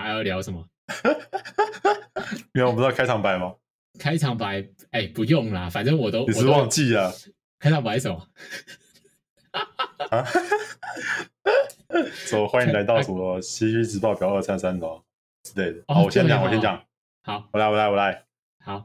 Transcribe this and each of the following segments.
哎要聊什么？因为我不知道开场白吗？开场白，哎、不用啦，反正我都你我是都忘记了？开场白是什么？说欢迎来到什么西域直报表二三三楼之类的。哦好，我先讲，对哦我先讲，好我来，我来，我来。好，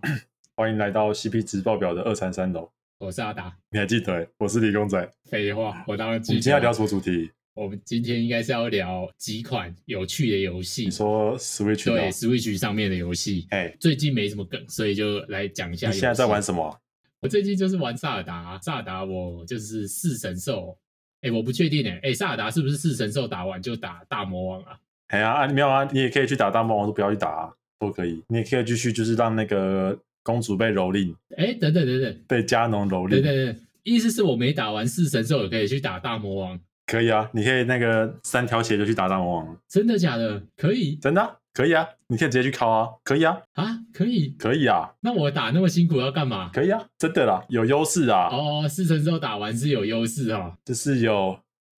欢迎来到 CP 值报表的二三三楼，我是阿达。你还记得欸？我是李公仔。我废话，我当然记们今天要得聊什么主题？我们今天应该是要聊几款有趣的游戏你，说 Switch 对的？哦 Switch 上面的游戏。哎，最近没什么梗，所以就来讲一下。你现在在玩？什么啊？我最近就是玩萨尔达，萨尔达我就是四神兽。哎、我不确定哎、哎、萨尔达是不是四神兽打完就打大魔王啊？哎呀，啊，没有啊，你也可以去打大魔王，都不要去打啊，都可以。你也可以继续，就是让那个公主被蹂躏，哎、等等等等被加农蹂等等躏，等，意思是我没打完四神兽，也可以去打大魔王？可以啊。你可以那个三条血就去打大魔王，真的假的？可以真的啊、可以啊。你可以直接去敲啊，可以啊，啊，可以。可以啊，那我打那么辛苦要干嘛？可以啊，真的啦，有优势啊，哦，四神兽打完是有优势哦，就是有，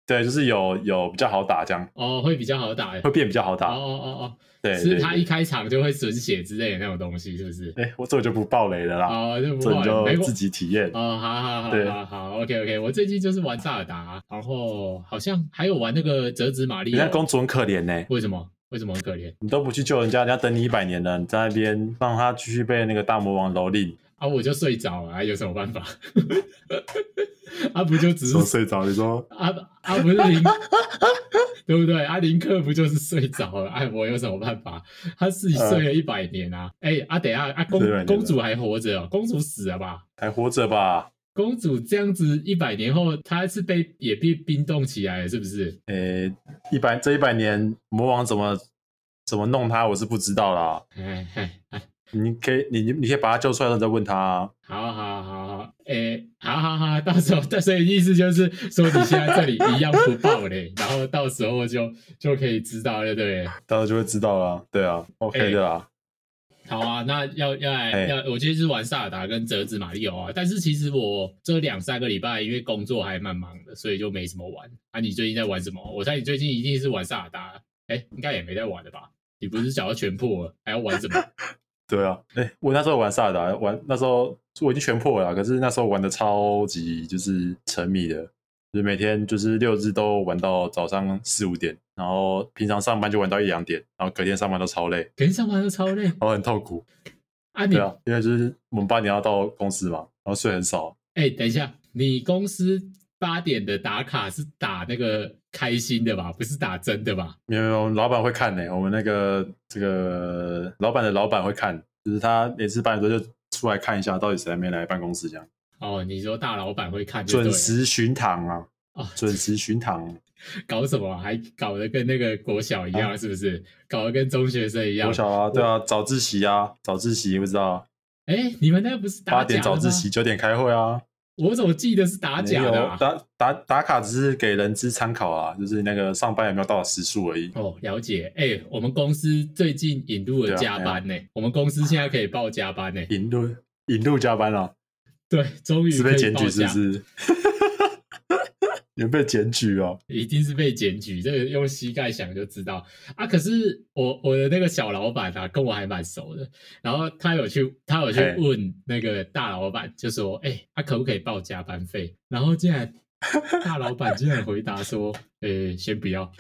对，就是有有比较好打，这样哦，会比较好打。会哦变比较好打。哦哦哦，对是对，他一开场就会损血之类的那种东西，是不是？哎，我这我就不爆雷了啦，哦，就不这你管了没就关自己体验。哦，好好好对好好，OK OK，我最近就是玩萨尔达，啊然后好像还有玩那个折纸玛丽哦人家公主很可怜呢、为什么？为什么很可怜你都不去救人家，人家等你一百年了，你在那边让他继续被那个大魔王蹂躏，啊？我就睡着了，啊有什么办法？ 啊，不就只怎么是睡着？你说啊啊，不是林， 对不对？啊，林克不就是睡着了？哎，我有什么办法？他自己睡了一百年啊！哎、啊，等一下啊，公嗯100年了公主还活着、哦，公主死了吧？还活着吧？公主这样子一百年后，她是被也被冰冻起来了，是不是？诶，一百这一百年魔王怎么怎么弄他，我是不知道啦。哎哎哎，你可以你你可以把他救出来，然后再问他、啊。好好好好，哎，好好好，到时候， 但所以意思就是说，你现在这里一样不爆嘞，然后到时候就就可以知道了，对不对？到时候就会知道了。对啊，OK 的啦。好啊，那要要来哎要，我今天是玩萨尔达跟折纸马里奥啊，但是其实我这两三个礼拜因为工作还蛮忙的，所以就没什么玩。啊，你最近在玩什么？我猜你最近一定是玩萨尔达，哎，应该也没在玩了吧？你不是想要全破了，还要玩什 么？对啊，哎、我那时候玩萨尔达，玩那时候我已经全破了啦，可是那时候玩的超级就是沉迷的，就是每天就是六日都玩到早上四五点，然后平常上班就玩到一两点，然后隔天上班都超累，每天上班都超累然后很痛苦。啊！你对啊，因为就是我们八点要到公司嘛，然后睡很少，哎、等一下，你公司八点的打卡是打那个开心的吧？不是打真的吧？没有没有，我们老板会看呢、我们那个这个老板的老板会看，就是他每次八点多就出来看一下到底谁还没来办公室这样，哦，你说大老板会看就对准了时巡堂啊。哦，准时巡堂，搞什么啊、还搞得跟那个国小一样，啊是不是？搞得跟中学生一样国。小啊，对啊，早自习啊，早自习不知道，啊哎、你们那不是打八假点的早吗自习，，九点开会啊，我怎么记得是打假没的、有啊？打打打卡只是给人资参考啊，就是那个上班有没有到时数而已。哦，了解。哎、我们公司最近引入了对啊加班呢、我们公司现在可以报加班呢、引路引路加班啊，对，终于是可被以检报举是加不是？ 有被检举哦，一定是被检举，这个用膝盖想就知道啊。可是我我的那个小老板啊，跟我还蛮熟的，然后他有去他有去嘿问那个大老板，就说：“哎、他、可不可以报加班费？”然后竟 然大老板竟然回答说：“呃、先不要。”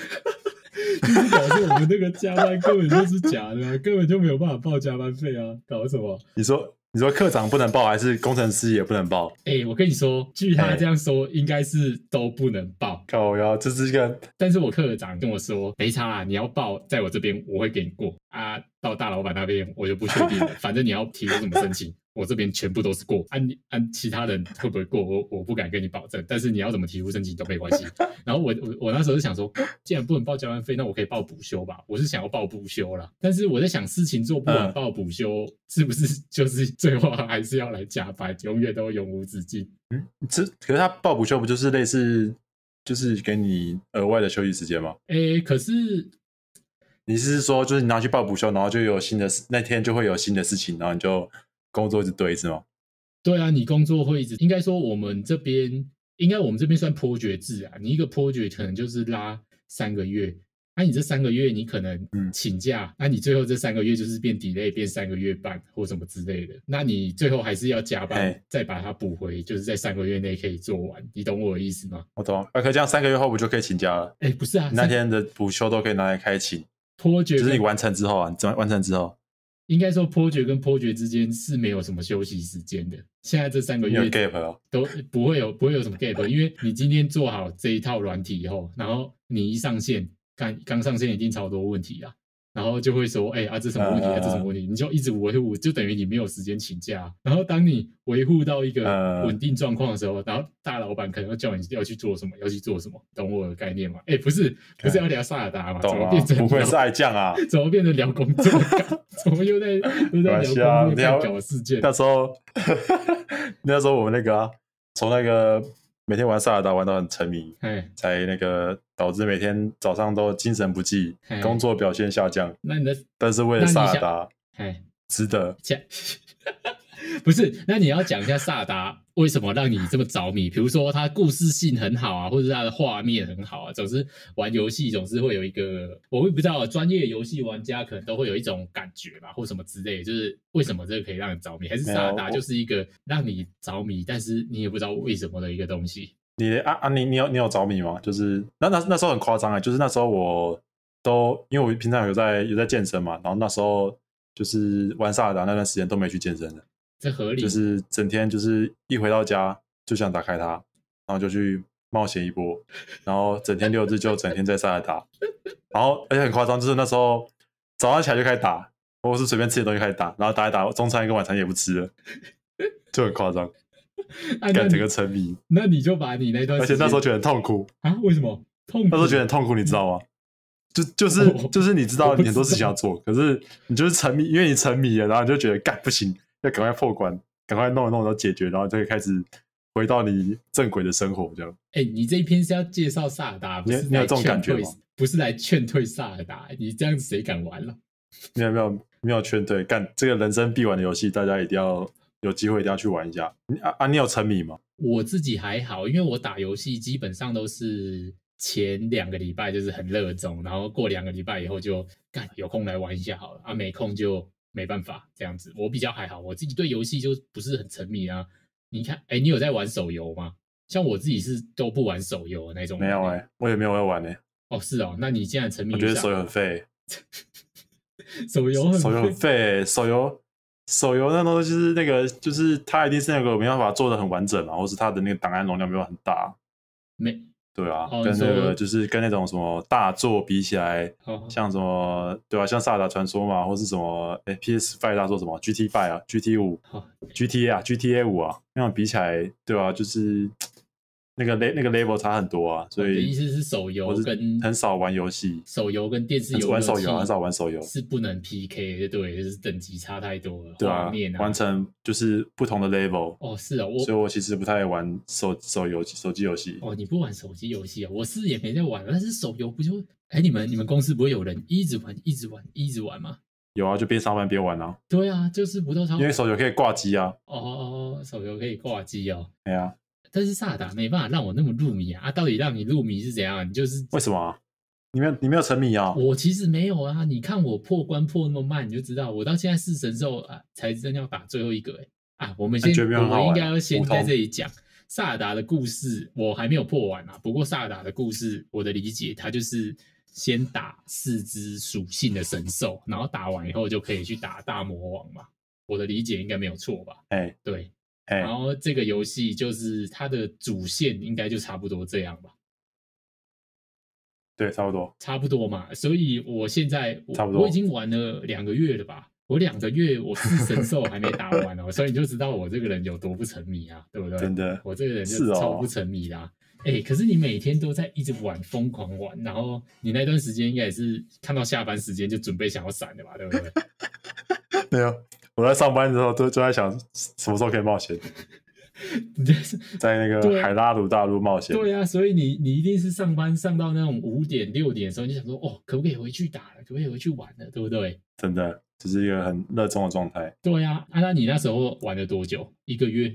就是表示我们那个加班根本就是假的、啊，根本就没有办法报加班费啊，搞什么？你说你说课长不能报，还是工程师也不能报？哎、我跟你说，据他嘿这样说，应该是都不能报。靠呀，这是一个但是我课长跟我说，没差啦，你要报在我这边，我会给你过啊。到大老板那边我就不确定了，反正你要提出什么申请，我这边全部都是过。按、你按、其他人会不会过，我我不敢跟你保证。但是你要怎么提出申请都没关系。然后我我我那时候就想说，既然不能报加班费，那我可以报补休吧。我是想要报补休啦，但是我在想事情做不完嗯报补休，是不是就是最后还是要来加班，永远都永无止境？这，可是他报补休不就是类似就是给你额外的休息时间吗？诶，可是你是说，就是你拿去报补休，然后就有新的事，那天就会有新的事情，然后你就工作一直堆是吗？对啊，你工作会一直应该说我们这边应该我们这边算剖决制啊，你一个剖决可能就是拉三个月，那、你这三个月你可能嗯请假，那、你最后这三个月就是变 delay 变三个月半或什么之类的，那你最后还是要加班哎再把它补回，就是在三个月内可以做完，你懂我的意思吗？我懂。啊那可这样三个月后不就可以请假了？哎，不是啊，你那天的补休都可以拿来开请，坡爵就是跟你完成之后啊，你完完成之后，应该说坡爵跟坡爵之间是没有什么休息时间的。现在这三个你有月 gap 哦。都不会有不会有什么 gap，因为你今天做好这一套软体以后，然后你一上线，刚刚上线一定超多问题啊，然后就会说，哎、啊这什么问题啊嗯嗯这什么问题，你就一直维护，就等于你没有时间请假啊。然后当你维护到一个嗯稳定状况的时候，然后大老板可能要叫你要去做什么，要去做什么，懂我的概念吗？哎、不是不是要聊萨尔达嘛，怎懂么啊变，成不会聊是爱酱啊。怎么变成聊工作？ 怎么又在又在没关系聊啊工作干聊搞事件？那时候， 那时候我们那个啊，从那个每天玩萨尔达玩到很沉迷，哎，才那个导致每天早上都精神不济嘿，工作表现下降。那你的但是为了萨尔达，哎值得。讲，不是？那你要讲一下萨达为什么让你这么着迷？比如说它故事性很好啊，或者它的画面很好啊，总是玩游戏总是会有一个，我会不知道啊专业游戏玩家可能都会有一种感觉吧，或什么之类的，就是为什么这个可以让你着迷？还是没有萨达我就是一个让你着迷，但是你也不知道为什么的一个东西？你啊啊，你你有你有着迷吗？就是那那那时候很夸张啊，就是那时候我都因为我平常有在有在健身嘛，然后那时候就是玩萨尔达那段时间都没去健身了，这合理？就是整天就是一回到家就想打开它，然后就去冒险一波，然后整天六日就整天在萨尔达，然后而且很夸张，就是那时候早上起来就开始打，或是随便吃点东西开始打，然后打一打，中餐跟晚餐也不吃了，就很夸张，啊那干整你个沉迷，那你就把你那段而时且间，那时候觉得很痛苦。啊，为什么痛苦？那时候觉得很痛苦，你知道吗？就就是我就是你知道我不你很多知事情道要做，可是你就是沉迷，因为你沉迷了，然后你就觉得干不行，要赶快破关，赶快弄一弄，然后解决，然后就会开始回到你正轨的生活这样。哎、你这一篇是要介绍萨尔达，不你是你来有这种劝感觉退吗不是来劝退萨尔达，你这样子谁敢玩了？没有没有没有劝退，干这个人生必玩的游戏，大家一定要有机会一定要去玩一下。你啊啊，你有沉迷吗？我自己还好，因为我打游戏基本上都是前两个礼拜就是很热衷，然后过两个礼拜以后就干有空来玩一下好了，啊没空就没办法这样子。我比较还好，我自己对游戏就不是很沉迷啊。你看，哎、你有在玩手游吗？像我自己是都不玩手游的那种。欸没有哎、我也没有在玩哎、哦是哦，那你既然沉迷我于觉得萨手游很废、手游很手游废很废、欸手游手游那东西就是那个，就是它一定是那个没办法做的很完整嘛，或是它的那个档案容量没有很大，没对啊，哦跟你那说个就是跟那种什么大作比起来，哦像什么对啊，像《萨达传说》嘛，或是什么哎 PS Five 大作什么 GT Five 啊，GT 五好，GTA 啊，GTA 五啊，那样比起来，对啊，就是那个 le 那个 level 差很多啊，所哦你的意以思是手游我是跟很少玩游戏，手游跟电视游玩戏手游啊很少玩手游是不能 PK 的，对，就是等级差太多了，对画啊面，啊，完成就是不同的 level。哦是啊，所以我我其实不太玩手手游手机游戏。哦你不玩手机游戏啊，我是也没在玩，但是手游不就哎你们你们公司不会有人一直玩一直玩一直玩吗？有啊，就边上班边玩啊，对啊，就是不到超因为手游可以挂机啊。哦哦哦手游可以挂机哦，哎呀、啊，但是萨达没办法让我那么入迷啊，啊到底让你入迷是怎样？你就是为什么、啊？你没有你没有沉迷啊？我其实没有啊，你看我破关破那么慢，你就知道我到现在四神兽啊才真要打最后一个哎、啊！我们先那绝妙很我好玩们应该要先普通在这里讲萨尔达的故事，我还没有破完啊。不过萨尔达的故事，我的理解它就是先打四只属性的神兽，然后打完以后就可以去打大魔王嘛。我的理解应该没有错吧？哎对，哎、然后这个游戏就是它的主线应该就差不多这样吧。对，差不多。差不多嘛，所以我现在我差不多我已经玩了两个月了吧，我两个月我是神兽还没打完哦， 所以你就知道我这个人有多不沉迷啊，对不对？真的我这个人是就哦超不沉迷啦、哎、可是你每天都在一直玩，疯狂玩，然后你那段时间应该也是看到下班时间就准备想要闪的吧，对不 对？没有，啊我在上班之后都就在想什么时候可以冒险，你这是在那对啊个海拉鲁大陆冒险。对啊，所以你你一定是上班上到那种五点六点的时候，你就想说哦，可不可以回去打了？可不可以回去玩了？对不对？真的，这、是一个很热衷的状态。对呀、啊，那你那时候玩了多久？一个月？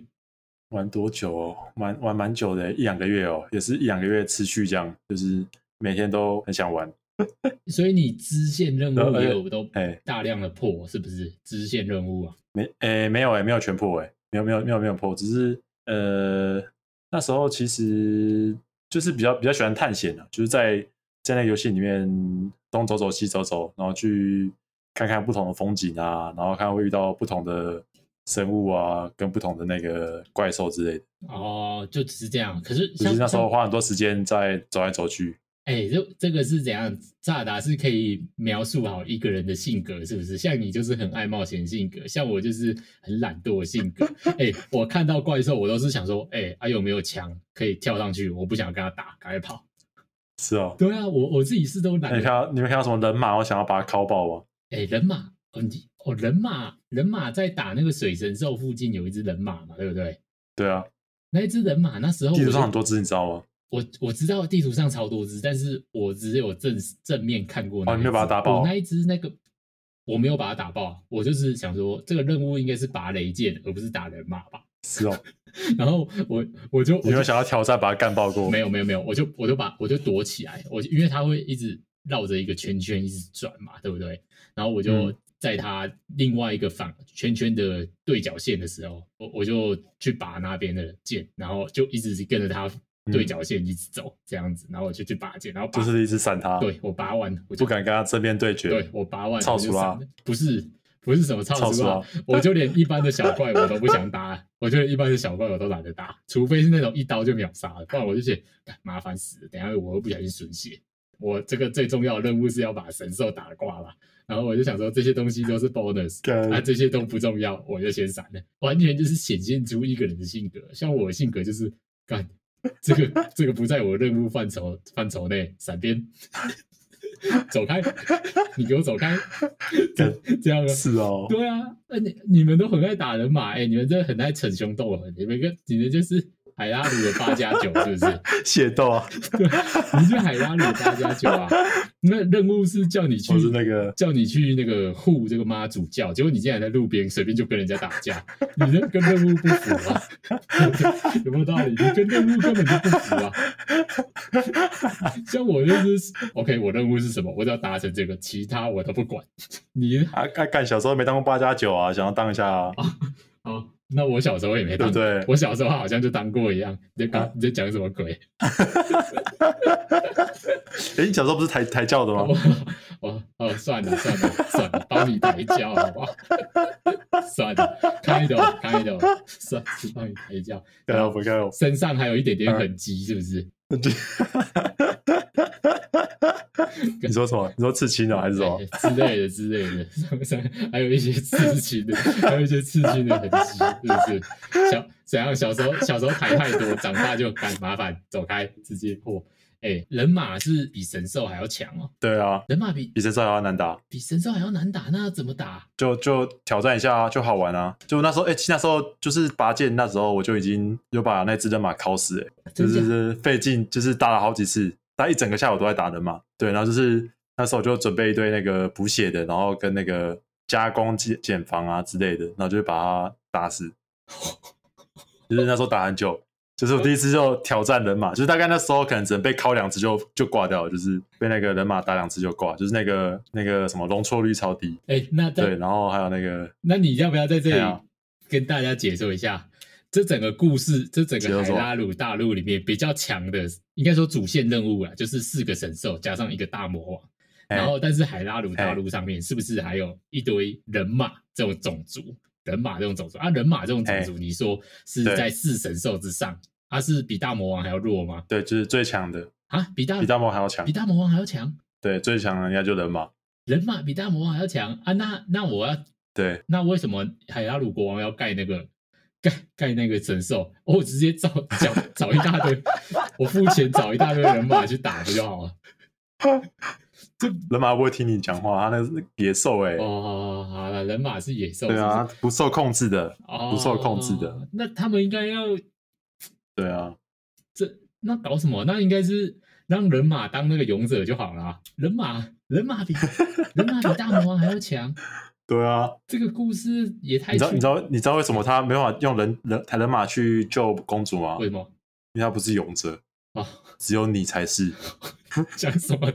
玩多久哦？玩玩蛮久的，一两个月哦，也是一两个月持续这样，就是每天都很想玩。所以你支线任然后务而且也有都哎大量的破，是不是？支线任务啊，没诶、没有诶、没有全破诶、没有没有没有没有破，只是呃那时候其实就是比较比较喜欢探险的、就是在在那个游戏里面东走走西走走，然后去看看不同的风景啊，然后看会遇到不同的生物啊，跟不同的那个怪兽之类的。哦，就只是这样。可是只像是那时候像花很多时间在走来走去，哎、这这个是怎样？萨达是可以描述好一个人的性格，是不是？像你就是很爱冒险性格，像我就是很懒惰的性格。哎、我看到怪兽，我都是想说，哎、啊有没有墙可以跳上去？我不想跟他打，赶快跑。是哦。对啊，我我自己是都那你懒看得。到你们看到什么人马，我想要把它敲爆啊吗？哎、人马，哦你哦人马，人马在打那个水神兽附近有一只人马嘛，对不对？对啊，那一只人马那时候我地图就上很多只，你知道吗？我我知道地图上超多只，但是我只有正正面看过那一只。哦你没有把它打爆我那一只那个我没有把它打爆，啊我就是想说这个任务应该是拔雷剑，而不是打人马吧。 是哦，然后我我就我你有没就有想要挑战把它干爆过？没有没有没有，我就我就把我就躲起来，我就因为它会一直绕着一个圈圈一直转嘛，对不对？然后我就嗯在它另外一个反圈圈的对角线的时候，我我就去拔那边的剑，然后就一直跟着它对角线一直走、这样子，然后我就去拔剑，然后拔，嗯就是一直闪他，对我拔完我就不敢跟他正面对决。对我拔完操我就熟啦闪了，不是。不是什么操操书熟啊啊，我就连一般的小怪我都不想打，我就连一般的小怪我都懒得打，除非是那种一刀就秒杀的，不然我就觉得干麻烦死了。等一下我又不小心损血，我这个最重要的任务是要把神兽打挂了，然后我就想说这些东西都是 bonus，干啊这些都不重要，我就先闪了，完全就是显现出一个人的性格。像我的性格就是干这个这个不在我任务范畴范畴内，闪边，走开，你给我走开，这这样啊。是哦，对啊，那你你们都很爱打人嘛？哎、你们真的很爱逞凶斗狠，你们跟你们就是海拉鲁的八加九，是不是？ 械斗啊，嗯你去海拉鲁八加九啊？那任务是叫你去我是那个叫你去那个护这个妈祖教，结果你竟然在路边随便就跟人家打架， 你这跟任务不符啊？ 有没有道理？你跟任务根本就不符啊！ 像我就是 OK，我任务是什么？我只要达成这个，其他我都不管。 你啊啊干，小时候没当过八加九啊，想要当一下啊，哦，那我小时候也没对当不对？我小时候好像就当过一样，你在、啊你在讲什么鬼？诶，你小时候不是台台教的吗？我我哦，算了算了算了，帮你抬轿好不好？ 算了，开的哦开的，算是帮你抬轿。干我不干我，身上还有一点嗯点痕迹，是不是？你说什么？你说刺青啊还是什么？哎之类的之类的， 上上还有一些刺青 的，还有一些刺青的痕迹，是不是？小怎样？小时候小时候抬太多，长大就干麻烦，走开，直接破。哎、人马是比神兽还要强哦，对啊，人马比比神兽还要难打，比神兽还要难打，那要怎么打？就就挑战一下啊就好玩啊。就那时候，诶，其实那时候就是拔剑，那时候我就已经有把那只人马烤死、欸，就真假是费劲，就是打了好几次，打一整个下午都在打人嘛。对，然后就是那时候我就准备一堆那个补血的，然后跟那个加工减减防啊之类的，然后就把它打死。就是那时候打很久，就是我第一次就挑战人马，就是大概那时候可能只能被敲两次就就挂掉了，就是被那个人马打两次就挂，就是那个那个什么容错率超低。哎、那在对，然后还有那个那你要不要在这对里啊跟大家解说一下，这整个故事，这整解个说海什么拉鲁大陆里面比较强的，应该说主线任务啊，就是四个神兽加上一个大魔王。哎然后，但是海拉鲁大陆上面是不是还有一堆人马这种种族？人马这种种族啊，人马这种种族，你说是对在四神兽之上，它、是比大魔王还要弱吗？对，就是最强的，啊，比大比大魔王还要强比。大魔王还要强，对，最强的应该就人马。人马比大魔王还要强啊！那那我要对，那为什么海拉鲁国王要盖那个盖盖那个神兽？哦我直接找找找一大堆，我付钱找一大堆人马去打不就好了？人马不会听你讲话，他那是野兽哎、哦，好了，人马是野兽，对啊，是它不受控制的，不是，哦不受控制的，那他们应该要对啊，这那搞什么？那应该是让人马当那个勇者就好了啊。人马人马比人马比大魔王还要强，对啊，这个故事也太你知道曲你知道你知道为什么他没办法用人人人马去救公主吗？为什因么为他不是勇者，啊？只有你才是。讲什么？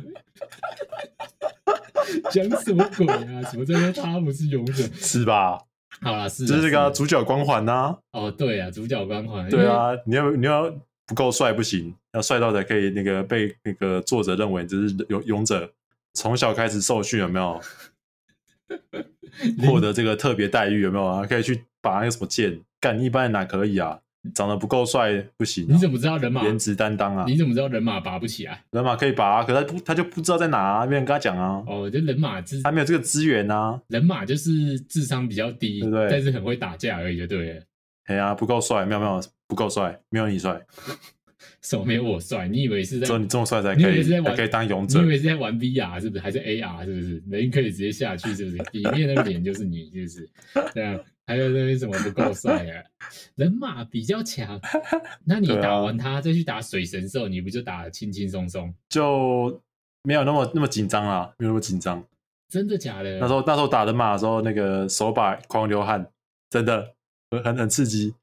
讲什么鬼啊？什么叫做他不是勇者？是吧？好啦，是就是这这个啊主角光环呐、哦，对啊，主角光环，对，啊，你要你要不够帅不行，要帅到才可以那个被那个作者认为你这是勇勇者，从小开始受训有没有？获得这个特别待遇有没有啊？可以去把那个什么剑干，一般人哪可以啊？长得不够帅不行、啊，你怎么知道人马？颜值担当啊？你怎么知道人马拔不起来？人马可以拔、啊，可他不他就不知道在哪、啊，没人跟他讲啊，哦，就人马智他没有这个资源啊，人马就是智商比较低，对不对但是很会打架而已，就对了。哎呀、不够帅，没有没有不够帅，没有你帅，手没有我帅，你以为是在只有你这么帅才你以可为以是在玩才可以当勇你者以。为是在玩 VR 是不是？还是 AR 是不是？人可以直接下去是不是？里面那个脸就是你 是不是？对啊，还有那边什么不够帅啊？ 人马比较强，那你对啊打完他、再去打水神兽，你不就打得轻轻松松？就没有那么那么紧张啦，没有那么紧张。真的假的？那时候那时候打人马的时候，那个手把狂流汗，真的很很很刺激。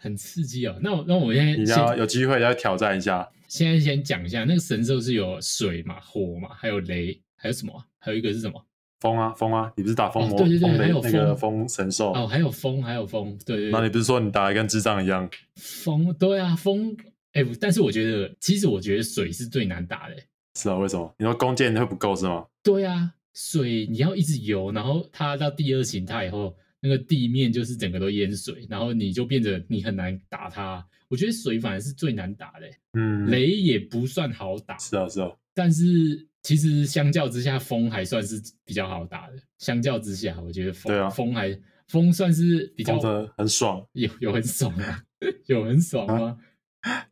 很刺激哦。那我那我现在你先要有机会要挑战一下。现在先讲一下，那个神兽是有水嘛、火嘛，还有雷，还有什么啊？还有一个是什么？风啊风啊，你不是打风魔、哦对对对风还有雷那个风风神兽？哦，还有风，还有风，对对对。那你不是说你打的跟智障一样？风对啊，风哎、不但是我觉得，其实我觉得水是最难打的、是啊，为什么？你说弓箭会不够是吗？对啊，水你要一直游，然后它到第二形态以后，那个地面就是整个都淹水，然后你就变得你很难打它。我觉得水反而是最难打的、嗯，雷也不算好打，是啊是啊，但是其实相较之下，风还算是比较好打的。相较之下，我觉得风、对啊风还风算是比较风的很爽。有有很爽啊， 有很爽啊吗？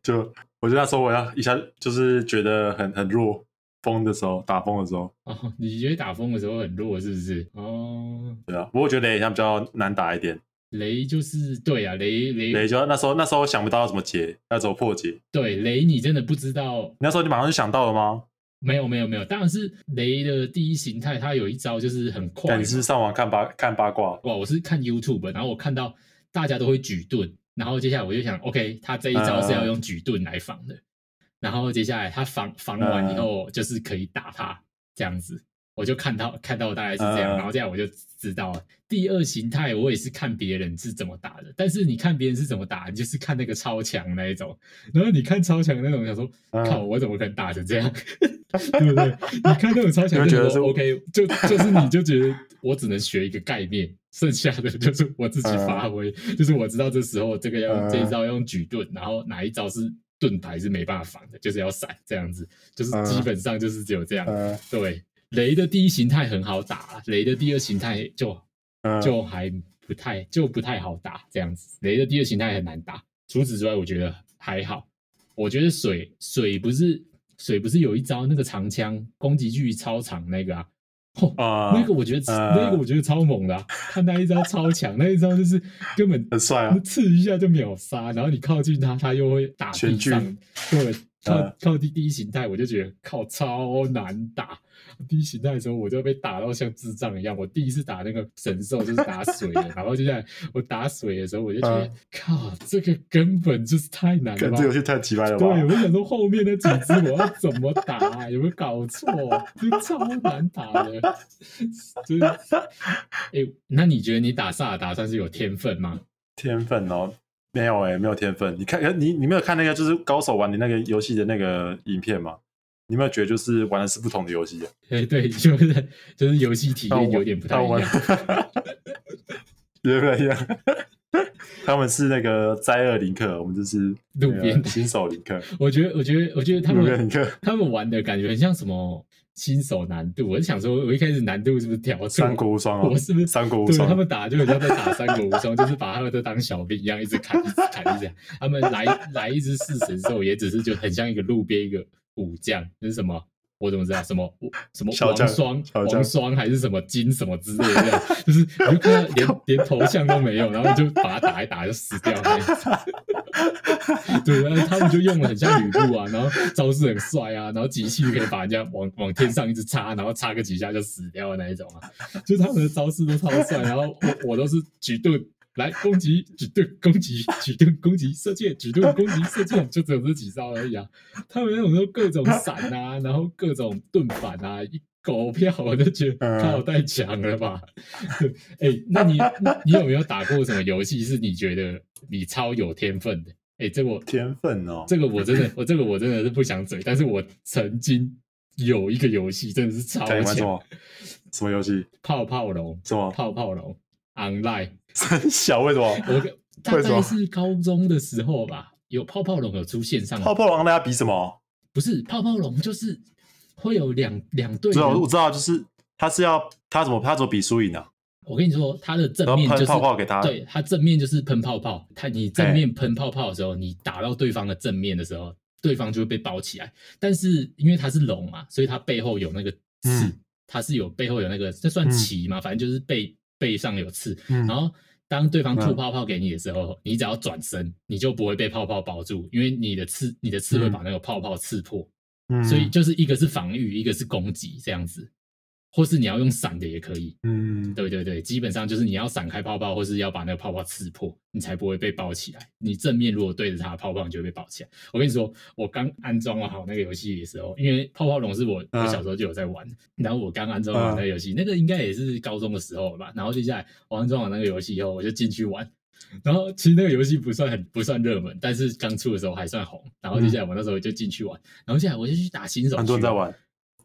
就我觉得那时候我要一下就是觉得很很弱，风的时候打风的时候，哦，你觉得打风的时候很弱是不是？哦，对啊。不过我觉得雷像比较难打一点，雷就是对啊，雷雷雷就那时候那时候想不到要怎么解，要怎么破解。对雷，你真的不知道。那时候你马上就想到了吗？没有没有没有，当然是雷的第一形态，它有一招就是很快那嘛。你是不是上网看八看八卦，哇，我是看 YouTube，然后我看到大家都会举盾，然后接下来我就想，OK，他这一招嗯是要用举盾来防的，然后接下来他防防完嗯以后，就是可以打他这样子。我就看到看到大概是这样，嗯然后这样我就知道了。第二形态我也是看别人是怎么打的，但是你看别人是怎么打，你就是看那个超强那一种，然后你看超强那种，想说嗯靠，我怎么可能打成这样？ 对不对？你看那种超强，你会觉得是 OK，就就是你就觉得我只能学一个概念，剩下的就是我自己发挥，就是我知道这时候这个要用、嗯这一招要用举盾，然后哪一招是盾牌是没办法防的，就是要闪这样子，就是嗯基本上就是只有这样。呃对，雷的第一形态很好打，雷的第二形态就呃，就还不太就不太好打这样子。雷的第二形态很难打，除此之外，我觉得还好。我觉得水水不是水不是有一招那个长枪攻击距离超长那个啊，吼啊、那个我觉得、呃那个我觉得超猛的、啊，他那一招超强，那一招就是根本很帅啊你，刺一下就秒杀，然后你靠近他，他又会打地全距上。对，靠呃靠地第一形态，我就觉得靠超难打。第一形态的时候，我就被打到像智障一样。我第一次打那个神兽就是打水 的，然后接下来我打水的时候，我就觉得、嗯靠，这个根本就是太难了看吧这。游戏太奇葩了对，啊我吧？就想说后面那几只我要怎么打、啊？有没有搞错？这超难打 的，就是。哎、那你觉得你打萨尔达算是有天分吗？ 天分哦，没有哎、没有天分。你看，可你你没有看那个就是高手玩的那个游戏的那个影片吗？你有没有觉得就是玩的是不同的游戏、啊？哎，对，就是就是游戏体那验我有点不太一那我 样。原来一样。他们是那个灾厄林克，我们就是路边那个新手林克，我觉得，我觉得，我觉得他啊路边们林克他们玩的感觉很像什么新手难度。我就想说，我一开始难度是不是调错三？国无双哦，我是不是三国无对他双？们打就很像在打三国无双，就是把他们都当小兵一样，一直砍，一直砍，一直砍。他们来来一只四神兽，也只是就很像一个路边一个武将，就是什么。我怎么知道什么什么小王将双小将王双还是什么金什么之类的这样，就是你就看到连连头像都没有，然后你就把他打一打就死掉那样子。对，然后他们就用了很像吕布啊，然后招式很帅啊，然后集气可以把人家往往天上一直插，然后插个几下就死掉的那一种啊，就他们的招式都超帅，然后我我都是举盾来攻击举盾攻击举盾攻击射箭举盾攻击射箭，就只有这几招而已啊。他们那种都各种闪啊，然后各种盾反啊，一狗票我就觉得嗯靠太强了吧。 哎、那你你有没有打过什么游戏是你觉得你超有天分的？哎、这我天分哦，这个我真的我这个我真的是不想嘴，但是我曾经有一个游戏真的是超看你玩什强么，什么游戏？泡泡龙，什么？ 泡泡龙 online。三小为什 么？我跟大为什概么是高中的时候吧，有泡泡龙有出线上，泡泡王大家比什么？不是泡泡龙就是会有两两队知道人。我知道，就是他是要他怎么他怎么比输赢啊？我跟你说，它的正然后面就是喷泡哎泡给他，对它正面就是喷泡泡，它你正面喷泡泡的时候，你打到对方的正面的时候，对方就会被包起来。但是因为它是龙嘛，所以它背后有那个刺嗯，它是有背后有那个，这算嗯鳍嘛，反正就是背背上有刺，嗯然后当对方吐嗯泡泡给你的时候，你只要转身，你就不会被泡泡包住，因为你的刺你的刺会嗯把那个泡泡刺破，嗯所以就是一个是防御，一个是攻击这样子，或是你要用闪的也可以。嗯，对对对，基本上就是你要闪开泡泡，或是要把那个泡泡刺破，你才不会被包起来。你正面如果对着它的泡泡，你就会被包起来。我跟你说，我刚安装好那个游戏的时候，因为泡泡龙是我我嗯小时候就有在玩，然后我刚安装好那个游戏，那个应该也是高中的时候了吧。然后接下来我安装好那个游戏以后，我就进去玩。然后其实那个游戏不算很不算热门，但是刚出的时候还算红。然后接下来我那时候就进去玩，然后接下来我就去打新手区，很多人在玩，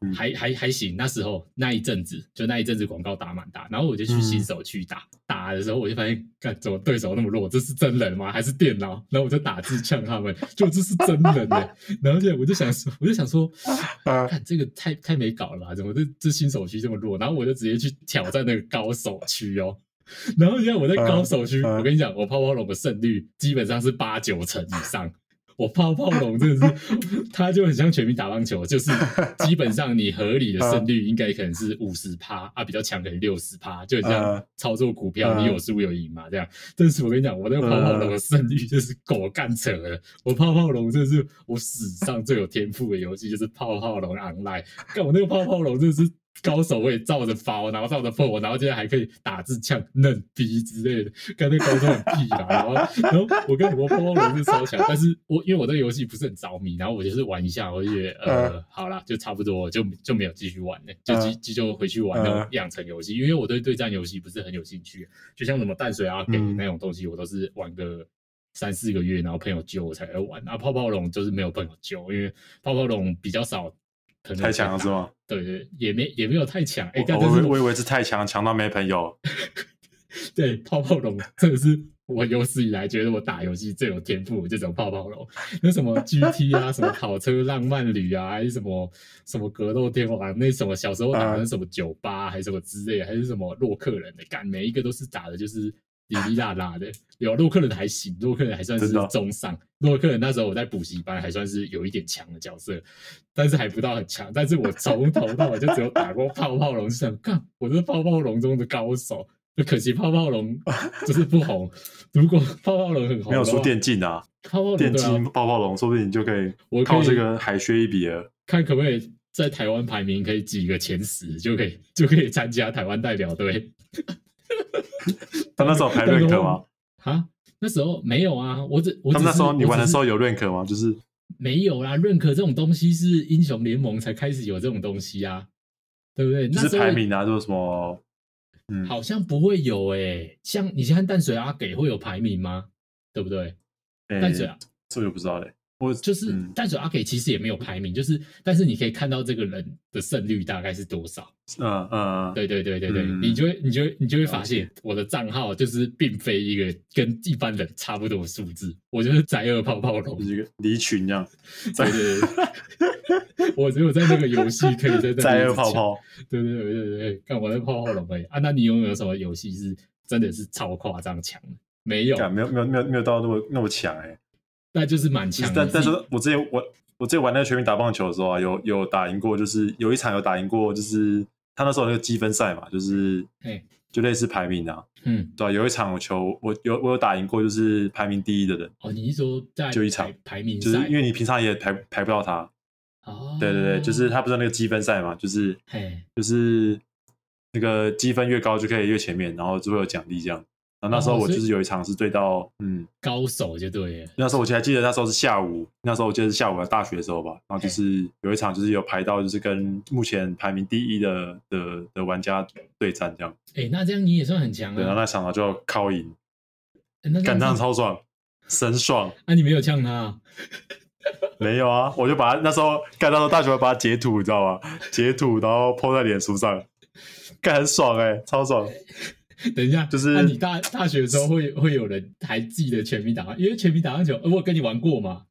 嗯还还还行，那时候那一阵子，就那一阵子广告打满打，然后我就去嗯新手区打，打的时候我就发现，干怎么对手那么弱？这是真人吗？还是电脑？然后我就打字呛他们，就这是真人呢、 然后现在我就想说，我就想说，呃，看这个太太没搞了吧？怎么这这新手区这么弱？然后我就直接去挑战那个高手区哦。 然后现在我在高手区，嗯嗯我跟你讲，我泡泡龙的胜率基本上是八九成以上。我泡泡龙真的是， 它就很像全民打棒球，就是基本上你合理的嗯胜率应该可能是五十趴啊，比较强可能六十趴，就很像嗯操作股票，嗯你有输有赢嘛这样。但是我跟你讲，我那个泡泡龙的胜率就是狗干扯了。我泡泡龙真的是我史上最有天赋的游戏，就是泡泡龙 online。看我那个泡泡龙真的是高手，我也照着包，然后照着破，然后现在还可以打字呛嫩逼之类的，看那高手很屁啦。然后，然后我跟我泡泡龙是超强，但是我因为我对游戏不是很着迷，然后我就是玩一下，我就觉得呃嗯好啦，就差不多，就就没有继续玩了，就继继就回去玩那种嗯养成游戏，因为我对对战游戏不是很有兴趣，就像什么淡水阿给嗯那种东西，我都是玩个三四个月，然后朋友揪我才会玩。啊，泡泡龙就是没有朋友揪，因为泡泡龙比较少朋友在打。太强了是吗？对对，也没也没有太强。哎、我但我但是哦以为我以为是太强，强到没朋友。对泡泡龙真的是我有史以来觉得我打游戏最有天赋，就只有泡泡龙。那什么 GT 啊，什 么跑车浪漫旅啊，还是什么什么格斗天王，那什么小时候打的嗯什么酒吧，啊还是什么之类，还是什么洛克人的，干每一个都是打的就是。哩哩啦啦的，有洛克人还行，洛克人还算是真的哦中上。洛克人那时候我在补习班还算是有一点强的角色，但是还不到很强。但是我从头到尾就只有打过泡泡龙，就想看我是泡泡龙中的高手。就可惜泡泡龙就是不红，如果泡泡龙很红，没有输电，竞啊，泡泡龙电对竞啊，泡泡龙，说不定你就可以我可以靠这个海削一笔了。看可不可以在台湾排名可以挤个前十，就可以就可以参加台湾代表队他那时候排 rank 吗？啊。那时候没有啊，我只我他只们是那时候你玩的时我候有 rank 吗？就是只是没有啦，认可这种东西是英雄联盟才开始有这种东西啊，对不对？就那时是候排名啊，就是什么嗯好像不会有诶、像你现在淡水阿给会有排名吗？对不对？诶淡水啊，哎这我就不知道嘞。我就是嗯淡水阿给其实也没有排名，就是但是你可以看到这个人的胜率大概是多少。嗯嗯，对对对对对，嗯你就会你就会你就会发现我的账号就是并非一个跟一般人差不多的数字，我就是宅二泡泡龙就。是一个离群这样，对对对， 我只有在那个游戏可以在那里在一直泡抢。泡。对对对对对，看我在泡泡龙而已啊。那你有没有什么游戏是真的是超夸张强的？没有，干没有没有没有没有到那么那么强哎、欸，那就是蛮就强是的。但但是我之前我我之前玩那个全民打棒球的时候啊，有有打赢过，就是有一场有打赢过，就是他那时候有那个积分赛嘛，就是哎就类似排名啊，嗯，对啊有一场我球我有我有打赢过，就是排名第一的人，哦，你是说在就一场排排名就赛？是因为你平常也排排不到他，哦，对对对，就是他不是那个积分赛嘛，就是哎，就是那个积分越高就可以越前面，然后就会有奖励这样，然后那时候哦我所以就是有一场是对到，嗯，高手就对了。那时候我还记得那时候是下午，那时候我记得是下午的大学的时候吧，然后就嘿是有一场就是有排到就是跟目前排名第一的的的玩家对战这样，哎，那这样你也算很强对，然啊。后那场啊就靠赢，诶那这感样上子超爽，神爽。啊，你没有呛他 啊，没有啊，我就把他那时候干那时候大学我把它截图，你知道吗？截图然后 po 在脸书上，干很爽哎、超爽。等一下，就是啊你大大学的时候会会有人还记得全民打棒，因为全民打棒球，呃我有跟你玩过嘛。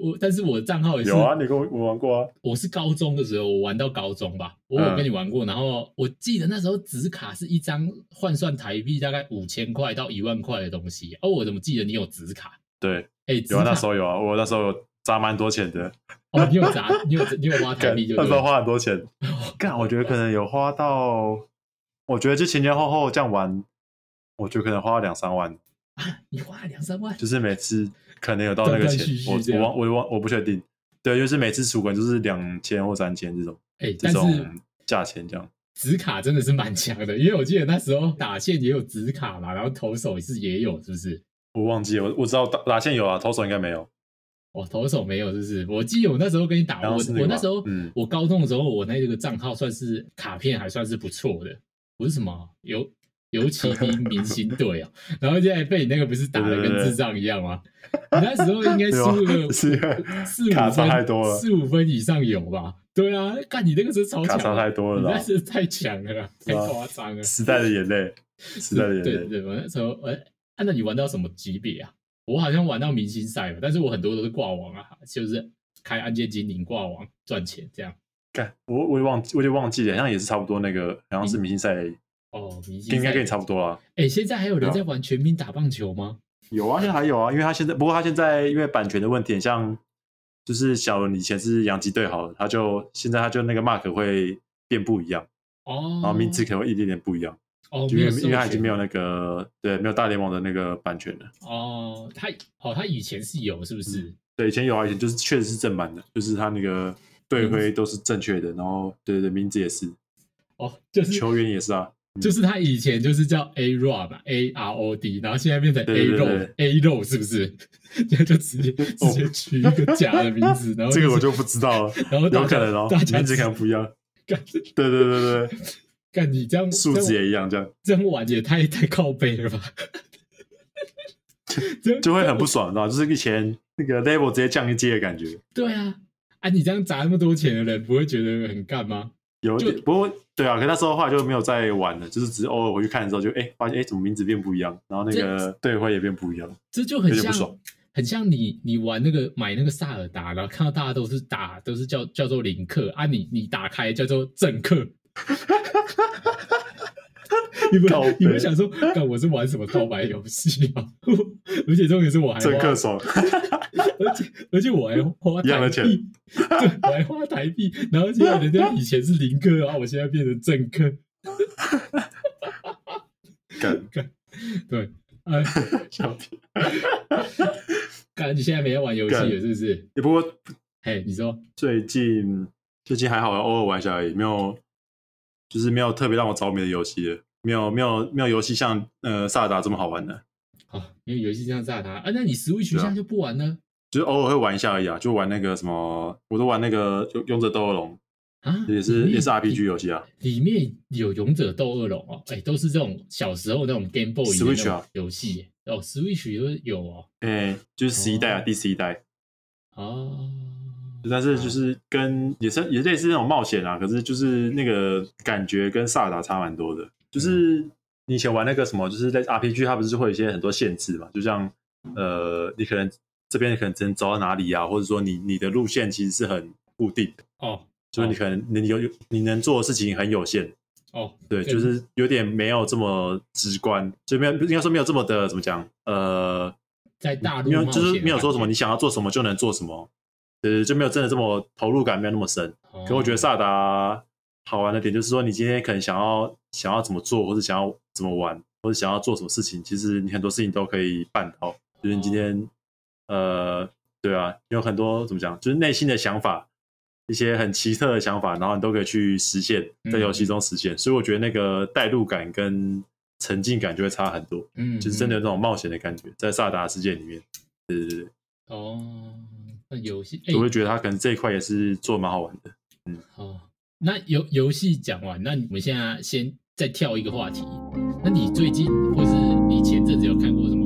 我但是我账号也是有啊，你跟我我玩过啊？我是高中的时候，我玩到高中吧，嗯我有跟你玩过。然后我记得那时候纸卡是一张换算台币大概五千块到一万块的东西。哦，我怎么记得你有纸卡？对，哎，有啊，那时候候有啊，我那时候有砸蛮多钱的，哦，你有砸，你有你有花台 干币就那对时候了。花很 多钱。干，我觉得可能有花到，我觉得就前前后后这样玩，我觉得可能花了两三万，啊，你花了两三万，就是每次可能有到那个断断钱续，续我这我样忘我忘我不确定。对，就是每次出滚就是两千或三千这种哎，这但是种价钱这样。纸卡真的是蛮强的，因为我记得那时候打线也有纸卡嘛，然后投手也是也有，是不是？我忘记了，我我知道打打线有啊，投手应该没有。我、哦投手没有，是不是？我记得我那时候跟你打，然我后是那个我吧那时候、嗯我高中的时候，我那个账号算是卡片还算是不错的，不是什么尤尤其 兵明星队啊，然后现在被你那个不是打的对对跟对智障一样吗？你那时候应该输对了吧是四卡五差分，太多了四五分以上有吧？对啊，看你那个时候超 强，卡啊差太多了你啦那是太强了啦，太是啊夸张了。时代的眼泪，时代的对对眼泪。对，我那时候，呃、啊，那你玩到什么级别啊？我好像玩到明星赛了，但是我很多都是挂网啊，就是开按键精灵挂网赚钱这样。干，我我也忘记，我就忘记了，好像也是差不多那个，好像是明星赛，哦，明星应该跟你赛差不多啦。哎、现在还有对人啊在玩全民打棒球吗？有啊，现在还有啊，因为他现在，不过他现在因为版权的问题，很像就是小伦以前是洋基队好了，他就现在他就那个 mark 会变不一样，哦，然后啊名字可能会一点点不一样，哦，因没为有授因为他已经权没有那个对没有大联盟的那个版权了。哦，他哦，他以前是有是不是？对，以前有啊，以前就是确实是正版的，就是他那个嗯队徽都是正确的，然后对对对，名字也是，哦，就是球员也是啊，嗯就是他以前就是叫 A Rod 嘛，A R O D，然后现在变成 A 对 r 对对哦 o A r o 是不是？ 就就直接直接取一个假的名 字，然后这个我哦是就不 知道了，然后大有家可能哦大，家名字可能不一 样，干对对对对对，干你这样数这样字也一样，这样这样玩也太太靠背了吧？ 这样就会很不爽，然后就是以前那个 level 直接降一阶的感觉，对啊，啊，你这样砸那么多钱的人，不会觉得很干吗？有一就点不过对啊，可那时候后来就没有再玩了，就是只是偶尔回去看的时候就哎发现哎怎么名字变不一样，然后那个队徽也变不一样，这就很有点像不爽，很像你你玩那个买那个萨尔达，然后看到大家都是打都是叫叫做林克啊你，你打开叫做政客。 你们靠北你们想说，干我是玩什么盗版游戏啊？ 而且重点是我还真花克爽，而且而且我还花一样台的币，钱对，我还花台币，然后现在人家以前是零客，然后我现在变成正客，干对，呃，笑屁。感觉你现在没在玩游戏干了，是不是？也不过嘿，你说最近最近还好，偶尔玩一下而已，没有就是没有特别让我着迷的游戏了，没有没有没有游戏像呃萨尔达这么好玩的，好、因为游戏这样炸他啊，那你 Switch 现对啊在就不玩了就是偶尔会玩一下而已啊，就玩那个什么，我都玩那个勇勇者斗恶龙，啊？也是里面也是 RPG 游戏啊，里面有勇者斗恶龙哦，哎，都是这种小时候那种 Game Boy 的那 Switch 种啊游戏哦，Switch 都有哦，哎、就是十一代啊，哦第十一代，哦，但是就是跟也是也类似那种冒险啊，可是就是那个感觉跟萨尔达差蛮多的，就是你以前玩那个什么，就是在 RPG 它不是会有一些很多限制嘛，就像嗯呃，你可能这边可能只能走到哪里啊，或者说你你的路线其实是很固定的，哦就是你可能你有你能做的事情很有限，哦，对，对就是有点没有这么直观，就没有应该说没有这么的怎么讲，呃，在大陆没有冒就是险没有说什么的你想要做什么就能做什么，呃，就没有真的这么投入感，没有那么深。感觉，可我觉得哦萨达好玩的点就是说，你今天可能想要想要怎么做，或者想要怎么玩，或者想要做什么事情，其实你很多事情都可以办到。就是你今天，哦呃，对啊，有很多怎么讲，就是内心的想法，一些很奇特的嗯想法，然后你都可以去实现，在游戏中实现。所以我觉得那个代入感跟沉浸感就会差很多，嗯，就是真的有那种冒险的感觉，在萨达世界里面，对对对，哦。那游戏，哎、对我会觉得他可能这一块也是做得蛮好玩的。哦，那游游戏讲完，那我们现在先再跳一个话题。那你最近或是你前阵子有看过什么